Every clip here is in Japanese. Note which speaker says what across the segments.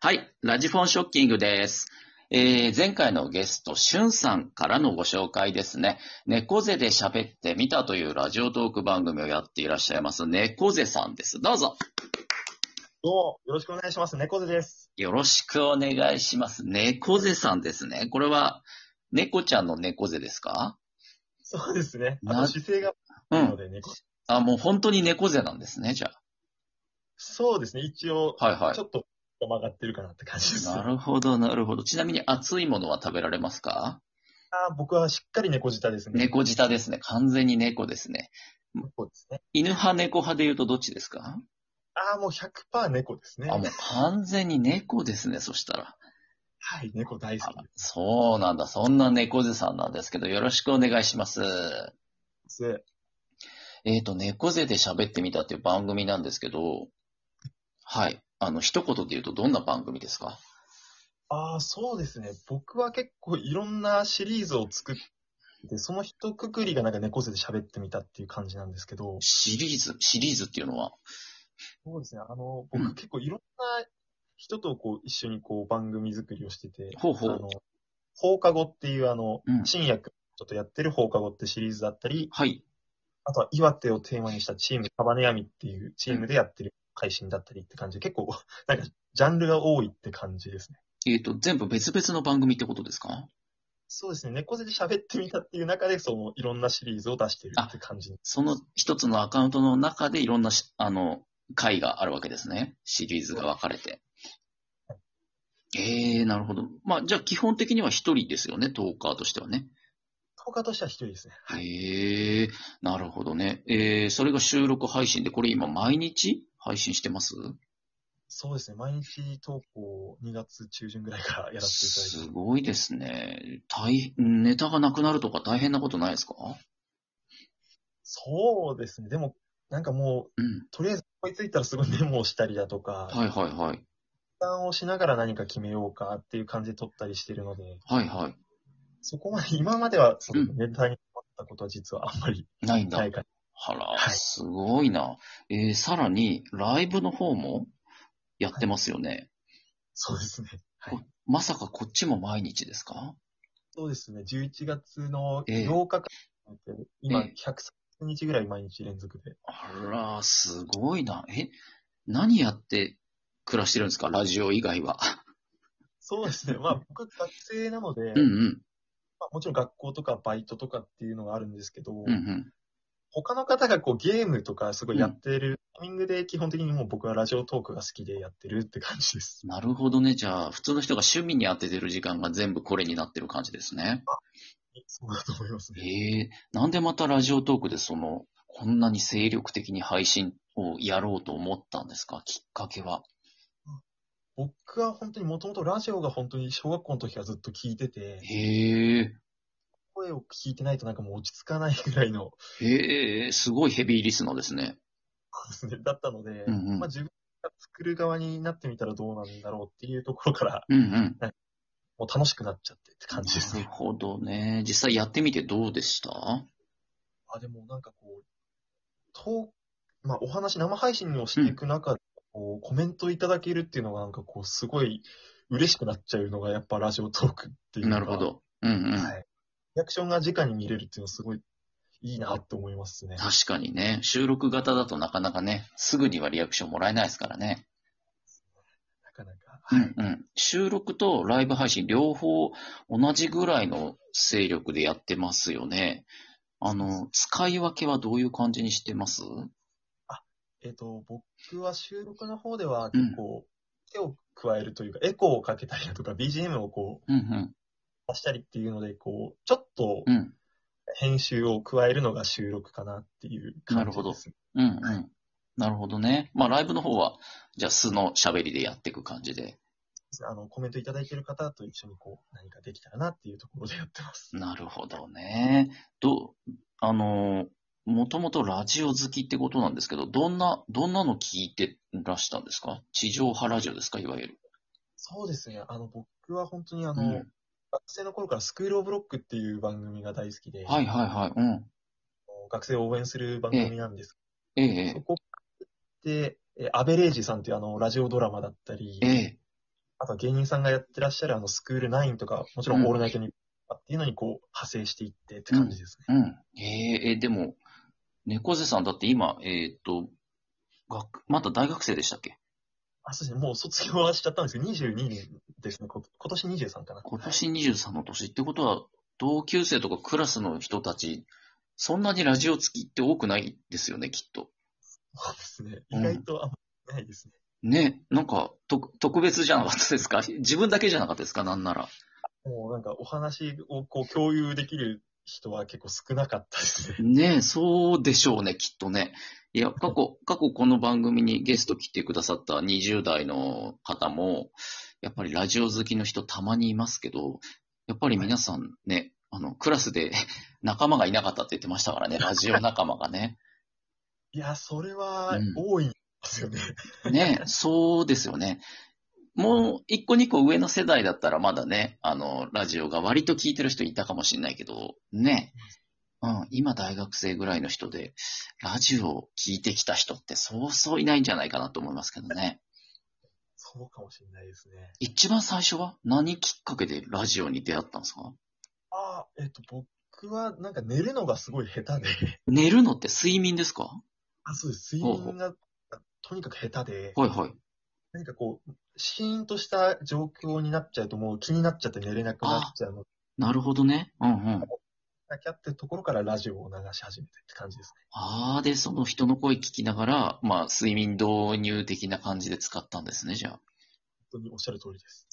Speaker 1: はい、ラジフォンショッキングです。えー前回のゲスト、しゅんさんからのご紹介ですね。猫背で喋ってみたというラジオトーク番組をやっていらっしゃいます、猫背さんです。どうぞ。
Speaker 2: どうも、よろしくお願いします。猫背です。
Speaker 1: よろしくお願いします。猫背さんですね。これは、猫ちゃんの猫背ですか
Speaker 2: そうですね。あ
Speaker 1: な
Speaker 2: と姿勢が
Speaker 1: う
Speaker 2: いいの
Speaker 1: ん。
Speaker 2: で、猫背
Speaker 1: あ、もう本当に猫背なんですね、じゃ
Speaker 2: そうですね。一応、
Speaker 1: あ。はいはい
Speaker 2: ち。ょっと曲がってるかなって感じです。
Speaker 1: な
Speaker 2: あ
Speaker 1: るほど、なるほど。ちなみに熱いものは食べられますか
Speaker 2: ー僕はしっかり猫舌ですね。
Speaker 1: 猫舌ですね。完全に猫ですね。
Speaker 2: 猫ですね。
Speaker 1: 犬派、猫派で言うとどっちですか
Speaker 2: ああ、もう100%猫ですね。
Speaker 1: あ、もう完全に猫ですね、そしたら。
Speaker 2: はい、猫大好きで
Speaker 1: そうなんだ。そんな猫背さんなんですけど、よろしくお願いします。
Speaker 2: す。
Speaker 1: えっ、と、猫背で喋ってみたっていう番組なんですけど、はい。あの、一言で言うとどんな番組ですか
Speaker 2: ああ、そうですね。僕は結構いろんなシリーズを作って、その一括りがなんか猫背で喋ってみたっていう感じなんですけど、
Speaker 1: シリーズ、シリーズっていうのは、
Speaker 2: そうですね。あの、
Speaker 1: うん
Speaker 2: 僕結構いろんな人とこう一緒にこう番組作りをしてて、
Speaker 1: ほうほう
Speaker 2: あの、放課後っていうあの、
Speaker 1: うん
Speaker 2: 新薬ちょっとやってる放課後ってシリーズだったり、
Speaker 1: はい。
Speaker 2: あとは岩手をテーマにしたチーム、カバネアミっていうチームでやってる配信だったりって感じで、結構、 なんか、ジャンルが多いって感じですね。
Speaker 1: えっ、と、全部別々の番組ってことですか
Speaker 2: そうですね。猫背で喋ってみたっていう中で、その、いろんなシリーズを出してるって感じ。
Speaker 1: その一つのアカウントの中でいろんなし、あの、回があるわけですね。シリーズが分かれて。ええー、なるほど。まあ、じゃあ基本的には一人ですよね、トーカーとしてはね。
Speaker 2: 放課としては一人ですね。
Speaker 1: へえー、なるほどね。えー、それが収録配信で、これ今毎日配信してます
Speaker 2: そうですね。毎日投稿2月中旬ぐらいからやらせていただいてます
Speaker 1: すごいですね。大変、ネタがなくなるとか大変なことないですか
Speaker 2: そうですね。でも、なんかもう、
Speaker 1: うん。
Speaker 2: とりあえず追いついたらすごいメモをしたりだとか、
Speaker 1: はいはいはい。
Speaker 2: 決断をしながら何か決めようかっていう感じで撮ったりしてるので、
Speaker 1: はいは
Speaker 2: そこまで、今まではその
Speaker 1: うん
Speaker 2: ネタに困ったことは実はあんまり
Speaker 1: い。ないんだ。
Speaker 2: ないか
Speaker 1: あら、
Speaker 2: はい
Speaker 1: すごいな。えーさらに、ライブの方もやってますよね。
Speaker 2: そうですね。はい。
Speaker 1: まさかこっちも毎日ですか
Speaker 2: そうですね。11月の
Speaker 1: ええ
Speaker 2: 8日から、今
Speaker 1: ええ
Speaker 2: 130日ぐらい毎日連続で。
Speaker 1: あら、すごいな。え、何やって暮らしてるんですかラジオ以外は。
Speaker 2: そうですね。まあ僕学生なので、
Speaker 1: うんうん。
Speaker 2: まあ、もちろん学校とかバイトとかっていうのがあるんですけ
Speaker 1: う
Speaker 2: ど、
Speaker 1: んうん。
Speaker 2: 他の方がこうゲームとかすごいやってるタイミングで基本的にもう僕はラジオトークが好きでやってるって感じです。
Speaker 1: なるほどね。じゃあ、普通の人が趣味に当ててる時間が全部これになってる感じですね。
Speaker 2: そうだと思いますね。
Speaker 1: ええなんでまたラジオトークでその、こんなに精力的に配信をやろうと思ったんですかきっかけは。
Speaker 2: 僕は本当にもともとラジオが本当に小学校の時からずっと聞いてて、
Speaker 1: へえ。
Speaker 2: 声を聞いてないとなんかもう落ち着かないぐらいの、
Speaker 1: へえ、すごいヘビーリスナーですね。
Speaker 2: そうですねだったので、
Speaker 1: うんうん
Speaker 2: まあ自分が作る側になってみたらどうなんだろうっていうところから、
Speaker 1: うんうん。
Speaker 2: もう楽しくなっちゃってって感じです
Speaker 1: なる
Speaker 2: ね。
Speaker 1: ほどね。実際やってみてどうでした
Speaker 2: あ、でもなんかこう、と、まあお話、生配信をしていく中で、こうコメントいただけるっていうのがなんかこう、すごい嬉しくなっちゃうのがやっぱラジオトークっていうか
Speaker 1: なるほ。ど。うんうん。
Speaker 2: はい。リアクションが直に見れるっていうのはすごいいいなって思いますね。
Speaker 1: 確かにね、収録型だとなかなかね、すぐにはリアクションもらえないですからね。
Speaker 2: なかなか。
Speaker 1: う
Speaker 2: はい。
Speaker 1: んうん。収録とライブ配信両方同じぐらいの勢力でやってますよね。あの、使い分けはどういう感じにしてます
Speaker 2: えっ、と、僕は収録の方では結構手を加えるというか、エコーをかけたりだとか、BGM をこう、
Speaker 1: うんうん。
Speaker 2: 出したりっていうので、こう、ちょっと
Speaker 1: うん。
Speaker 2: 編集を加えるのが収録かなっていう感じです。
Speaker 1: うんうん。なるほどね。まあライブの方は、じゃあ素の喋りでやっていく感じで。
Speaker 2: あの、コメントいただいている方と一緒にこう、何かできたらなっていうところでやってます。
Speaker 1: なるほどね。どう、あの、もともとラジオ好きってことなんですけど、どんな、どんなの聞いてらしたんですか地上波ラジオですかいわゆる。
Speaker 2: そうですね。あの、僕は本当にあ
Speaker 1: う
Speaker 2: の、
Speaker 1: ん。
Speaker 2: 学生の頃からスクールオブロックっていう番組が大好きで、
Speaker 1: はいはいはい。うん。
Speaker 2: 学生を応援する番組なんです
Speaker 1: ええ
Speaker 2: けど、そこで、えアベレージさんっていうあの、ラジオドラマだったり、
Speaker 1: ええええ
Speaker 2: あとは芸人さんがやってらっしゃるあのスクール9とか、もちろん
Speaker 1: うん
Speaker 2: オールナイトニッポンっていうのにこう派生していってって感じですね。
Speaker 1: うん。えー、えーでも、猫背さんだって今、えーっと、学、まだ大学生でしたっけ
Speaker 2: あ、そうですね。もう卒業はしちゃったんですけど、22年ですね。こ今年23かな。
Speaker 1: 今年23の年ってことは、同級生とかクラスの人たち、そんなにラジオ付きって多くないですよね、きっと。
Speaker 2: そうですね。意外とあんまりないですね。
Speaker 1: ね、なんか、と、特別じゃなかったですか 自分だけじゃなかったですかなんなら。
Speaker 2: もうなんかお話をこう共有できる人は結構少なかったですね。
Speaker 1: ねそうでしょうね、きっとね。いや、過去、過去この番組にゲスト来てくださった20代の方も、やっぱりラジオ好きの人たまにいますけど、やっぱり皆さんね、あの、クラスで 仲間がいなかったって言ってましたからね、ラジオ仲間がね。
Speaker 2: いや、それは
Speaker 1: うん
Speaker 2: 多いんですよね。
Speaker 1: ねそうですよね。もう、一個二個上の世代だったらまだね、あの、ラジオが割と聞いてる人いたかもしれないけど、ね。うん、今大学生ぐらいの人で、ラジオを聞いてきた人ってそうそういないんじゃないかなと思いますけどね。
Speaker 2: そうかもしれないですね。
Speaker 1: 一番最初は何きっかけでラジオに出会ったんですか
Speaker 2: ああ、えっと、僕はなんか寝るのがすごい下手で、
Speaker 1: 寝るのって睡眠ですか
Speaker 2: あ、そうです。睡眠がとにかく下手で、
Speaker 1: はいはい。
Speaker 2: 何かこう、シーンとした状況になっちゃうともう気になっちゃって寝れなくなっちゃうの
Speaker 1: なるほどね。うんうん。
Speaker 2: なきゃってところからラジオを流し始めてって感じですね。
Speaker 1: ああ、で、その人の声聞きながら、まあ、睡眠導入的な感じで使ったんですね、じゃあ。
Speaker 2: 本当におっしゃる通り です。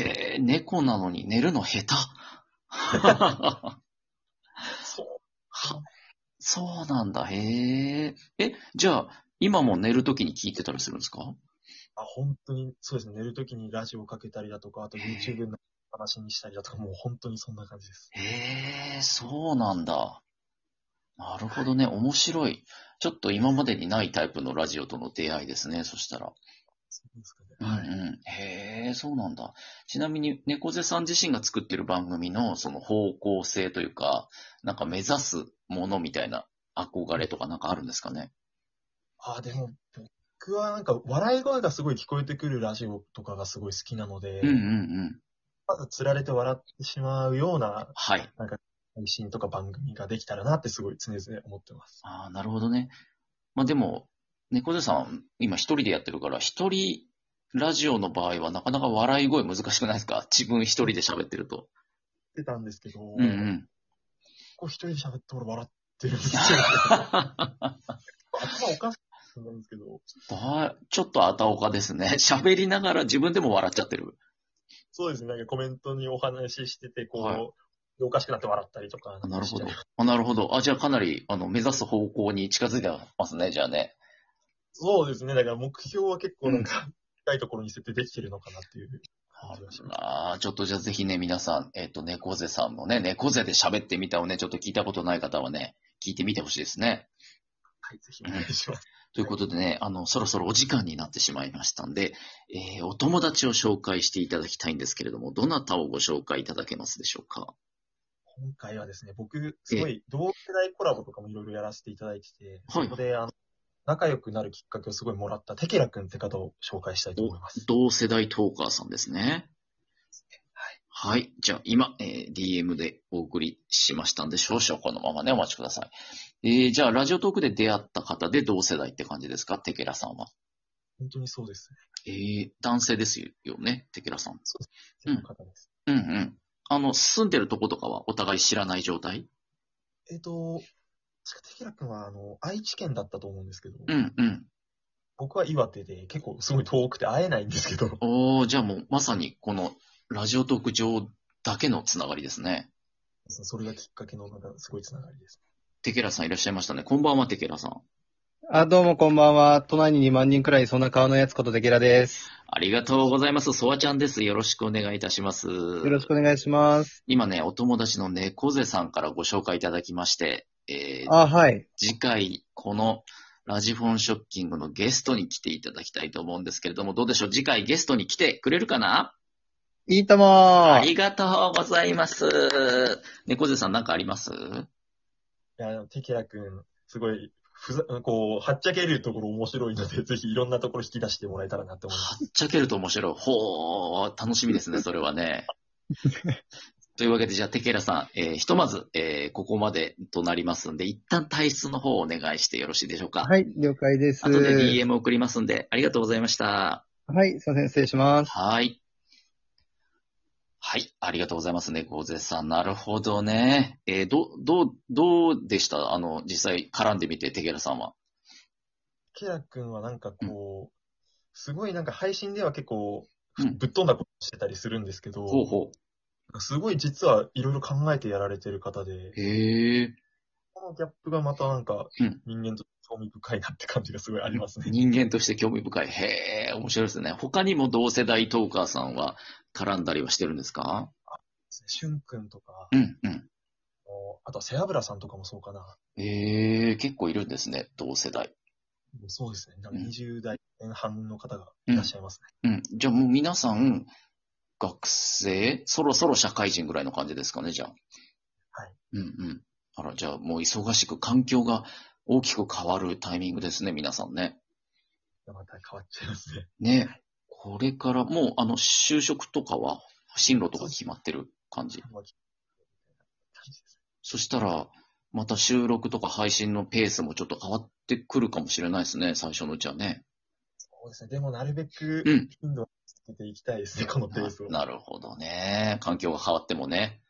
Speaker 1: へえ、猫なのに寝るの下手。
Speaker 2: そう。
Speaker 1: そうなんだ、へえ。え、じゃあ、今も寝るときに聞いてたりするんですか
Speaker 2: あ、本当に、そうですね。寝るときにラジオかけたりだとか、あと YouTube の話にしたりだとか、もう本当にそんな感じです。
Speaker 1: へえ、そうなんだ。なるほどね、面白い。ちょっと今までにないタイプのラジオとの出会いですね、そしたら。
Speaker 2: そうですかね。
Speaker 1: うんうん。へえ、そうなんだ。ちなみに、猫背さん自身が作ってる番組の、その方向性というか、なんか目指すものみたいな憧れとかなんかあるんですかね。
Speaker 2: あ、でも、僕はなんか、笑い声がすごい聞こえてくるラジオとかがすごい好きなので、
Speaker 1: うんうんうん。
Speaker 2: まず釣られて笑ってしまうような
Speaker 1: はい。
Speaker 2: 配信とか番組ができたらなってすごい常々思ってます。
Speaker 1: ああ、なるほどね。まあでも、猫背さん、今一人でやってるから、一人ラジオの場合はなかなか笑い声難しくないですか 自分一人で喋ってると。
Speaker 2: 言ってたんですけど、
Speaker 1: うんうん。
Speaker 2: こう一人で喋って俺笑ってるんですよ。 頭おかしいんですけど、
Speaker 1: だちょっとあたおかですね。 喋りながら自分でも笑っちゃってる。
Speaker 2: そうですね。なんかコメントにお話ししてて、こう、
Speaker 1: はい
Speaker 2: おかしくなって笑ったりとか
Speaker 1: あなるほ
Speaker 2: しちゃ
Speaker 1: ど
Speaker 2: う。
Speaker 1: あ、なるほど。あ、じゃあかなり、あの、目指す方向に近づいてますね、じゃあね。
Speaker 2: そうですね。だから目標は結構なんか、高いところに設定できてるのかなっていう感じがします。
Speaker 1: ああ、ちょっとじゃあぜひね、皆さん、えっ、と、猫背さんのね、猫背で喋ってみたをね、ちょっと聞いたことない方はね、聞いてみてほしいですね。
Speaker 2: はい、ぜひお願いします。
Speaker 1: ということでね、あの、そろそろお時間になってしまいましたんで、えーお友達を紹介していただきたいんですけれども、どなたをご紹介いただけますでしょうか
Speaker 2: 今回はですね、僕、すごい同世代コラボとかもいろいろやらせていただいてて、
Speaker 1: はい
Speaker 2: そこで、あの、仲良くなるきっかけをすごいもらったテケラ君って方を紹介したいと思います。
Speaker 1: 同世代トーカーさんですね。はい。じゃあ、今、えー DM でお送りしましたんで、少々このままね、お待ちください。えーじゃあ、ラジオトークで出会った方で同世代って感じですかテケラさんは。
Speaker 2: 本当にそうですね。
Speaker 1: えー男性ですよね、テケラさん。
Speaker 2: その方です。
Speaker 1: うんうん。あの、住んでるとことかはお互い知らない状態
Speaker 2: えっ、と、確かテケラ君は、あの、愛知県だったと思うんですけど、
Speaker 1: うんうん。
Speaker 2: 僕は岩手で、結構すごい遠くて会えないんですけど、
Speaker 1: おー、じゃあもう、まさにこの、ラジオトーク上だけのつながりですね。
Speaker 2: それがきっかけの、なんかすごいつながりです。
Speaker 1: テケラさんいらっしゃいましたね。こんばんは、テケラさん。
Speaker 3: あ、どうもこんばんは。都内に2万人くらいそんな顔のやつことでゲラです。
Speaker 1: ありがとうございます。ソワちゃんです。よろしくお願いいたします。
Speaker 3: よろしくお願いします。
Speaker 1: 今ね、お友達の猫背さんからご紹介いただきまして、えー
Speaker 3: あ、はい。
Speaker 1: 次回、このラジフォンショッキングのゲストに来ていただきたいと思うんですけれども、どうでしょう次回ゲストに来てくれるかない
Speaker 3: いともー
Speaker 1: ありがとうございます。猫背さんなんかあります
Speaker 2: いや、テキラ君、すごいふざ、こう、はっちゃけるところ面白いので、 ぜひいろんなところ引き出してもらえたらなって思います。
Speaker 1: ぶっちゃけると面白い。ほー、楽しみですね、それはね。というわけで、じゃあ、テケラさん、えーひとまず、えーここまでとなりますんで、一旦体質の方をお願いしてよろしいでしょうか。
Speaker 3: はい、了解です。
Speaker 1: 後で DM 送りますんで、ありがとうございました。
Speaker 3: はい、すいません、失礼します。
Speaker 1: はい。はい、ありがとうございますね、ゴゼさん。なるほどね。えーど、どう、どうでしたあの、実際絡んでみて、テケラさんは。
Speaker 2: ケラ君はなんかこう、すごいなんか配信では結構
Speaker 1: うん、
Speaker 2: ぶっ飛んだことしてたりするんですけど、
Speaker 1: ほうほ
Speaker 2: すごい実はいろいろ考えてやられてる方で
Speaker 1: う。、へえ。
Speaker 2: このギャップがまたなんか
Speaker 1: うん、
Speaker 2: 人間と興味深いなって感じがすごいありますね。
Speaker 1: 人間として興味深い。へえ、面白いですね。他にも同世代トーカーさんは絡んだりはしてるんですか
Speaker 2: しゅん君とか、
Speaker 1: うん、うん。
Speaker 2: もうあとは背脂さんとかもそうかな。
Speaker 1: ええ、結構いるんですね、同世代。
Speaker 2: もうそうですね。なん
Speaker 1: う
Speaker 2: か
Speaker 1: ん
Speaker 2: 20代前半の方がいらっしゃいますね。
Speaker 1: うん。じゃあもう皆さん、学生そろそろ社会人ぐらいの感じですかね、じゃあ。
Speaker 2: はい。
Speaker 1: うんうん。あら、じゃあもう忙しく、環境が大きく変わるタイミングですね、皆さんね。
Speaker 2: また変わっちゃいますね。
Speaker 1: ね。これから、もう、あの、就職とかは、進路とか決まってる感じ。
Speaker 2: まあ感じです
Speaker 1: そしたら、また収録とか配信のペースもちょっと変わってくるかもしれないですね、最初のうちはね。
Speaker 2: そうですね。でもなるべく
Speaker 1: うん
Speaker 2: 頻度をつけていきたいですね、このペースを。
Speaker 1: なるほどね。環境が変わってもね。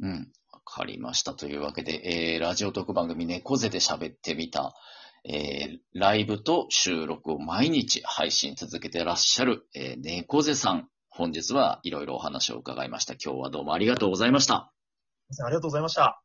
Speaker 1: うん。わかりました。というわけで、えー、ラジオ特番組猫背で喋ってみた、えー、ライブと収録を毎日配信続けてらっしゃる、えー、猫背さん。本日はいろいろお話を伺いました。今日はどうもありがとうございました。
Speaker 2: ありがとうございました。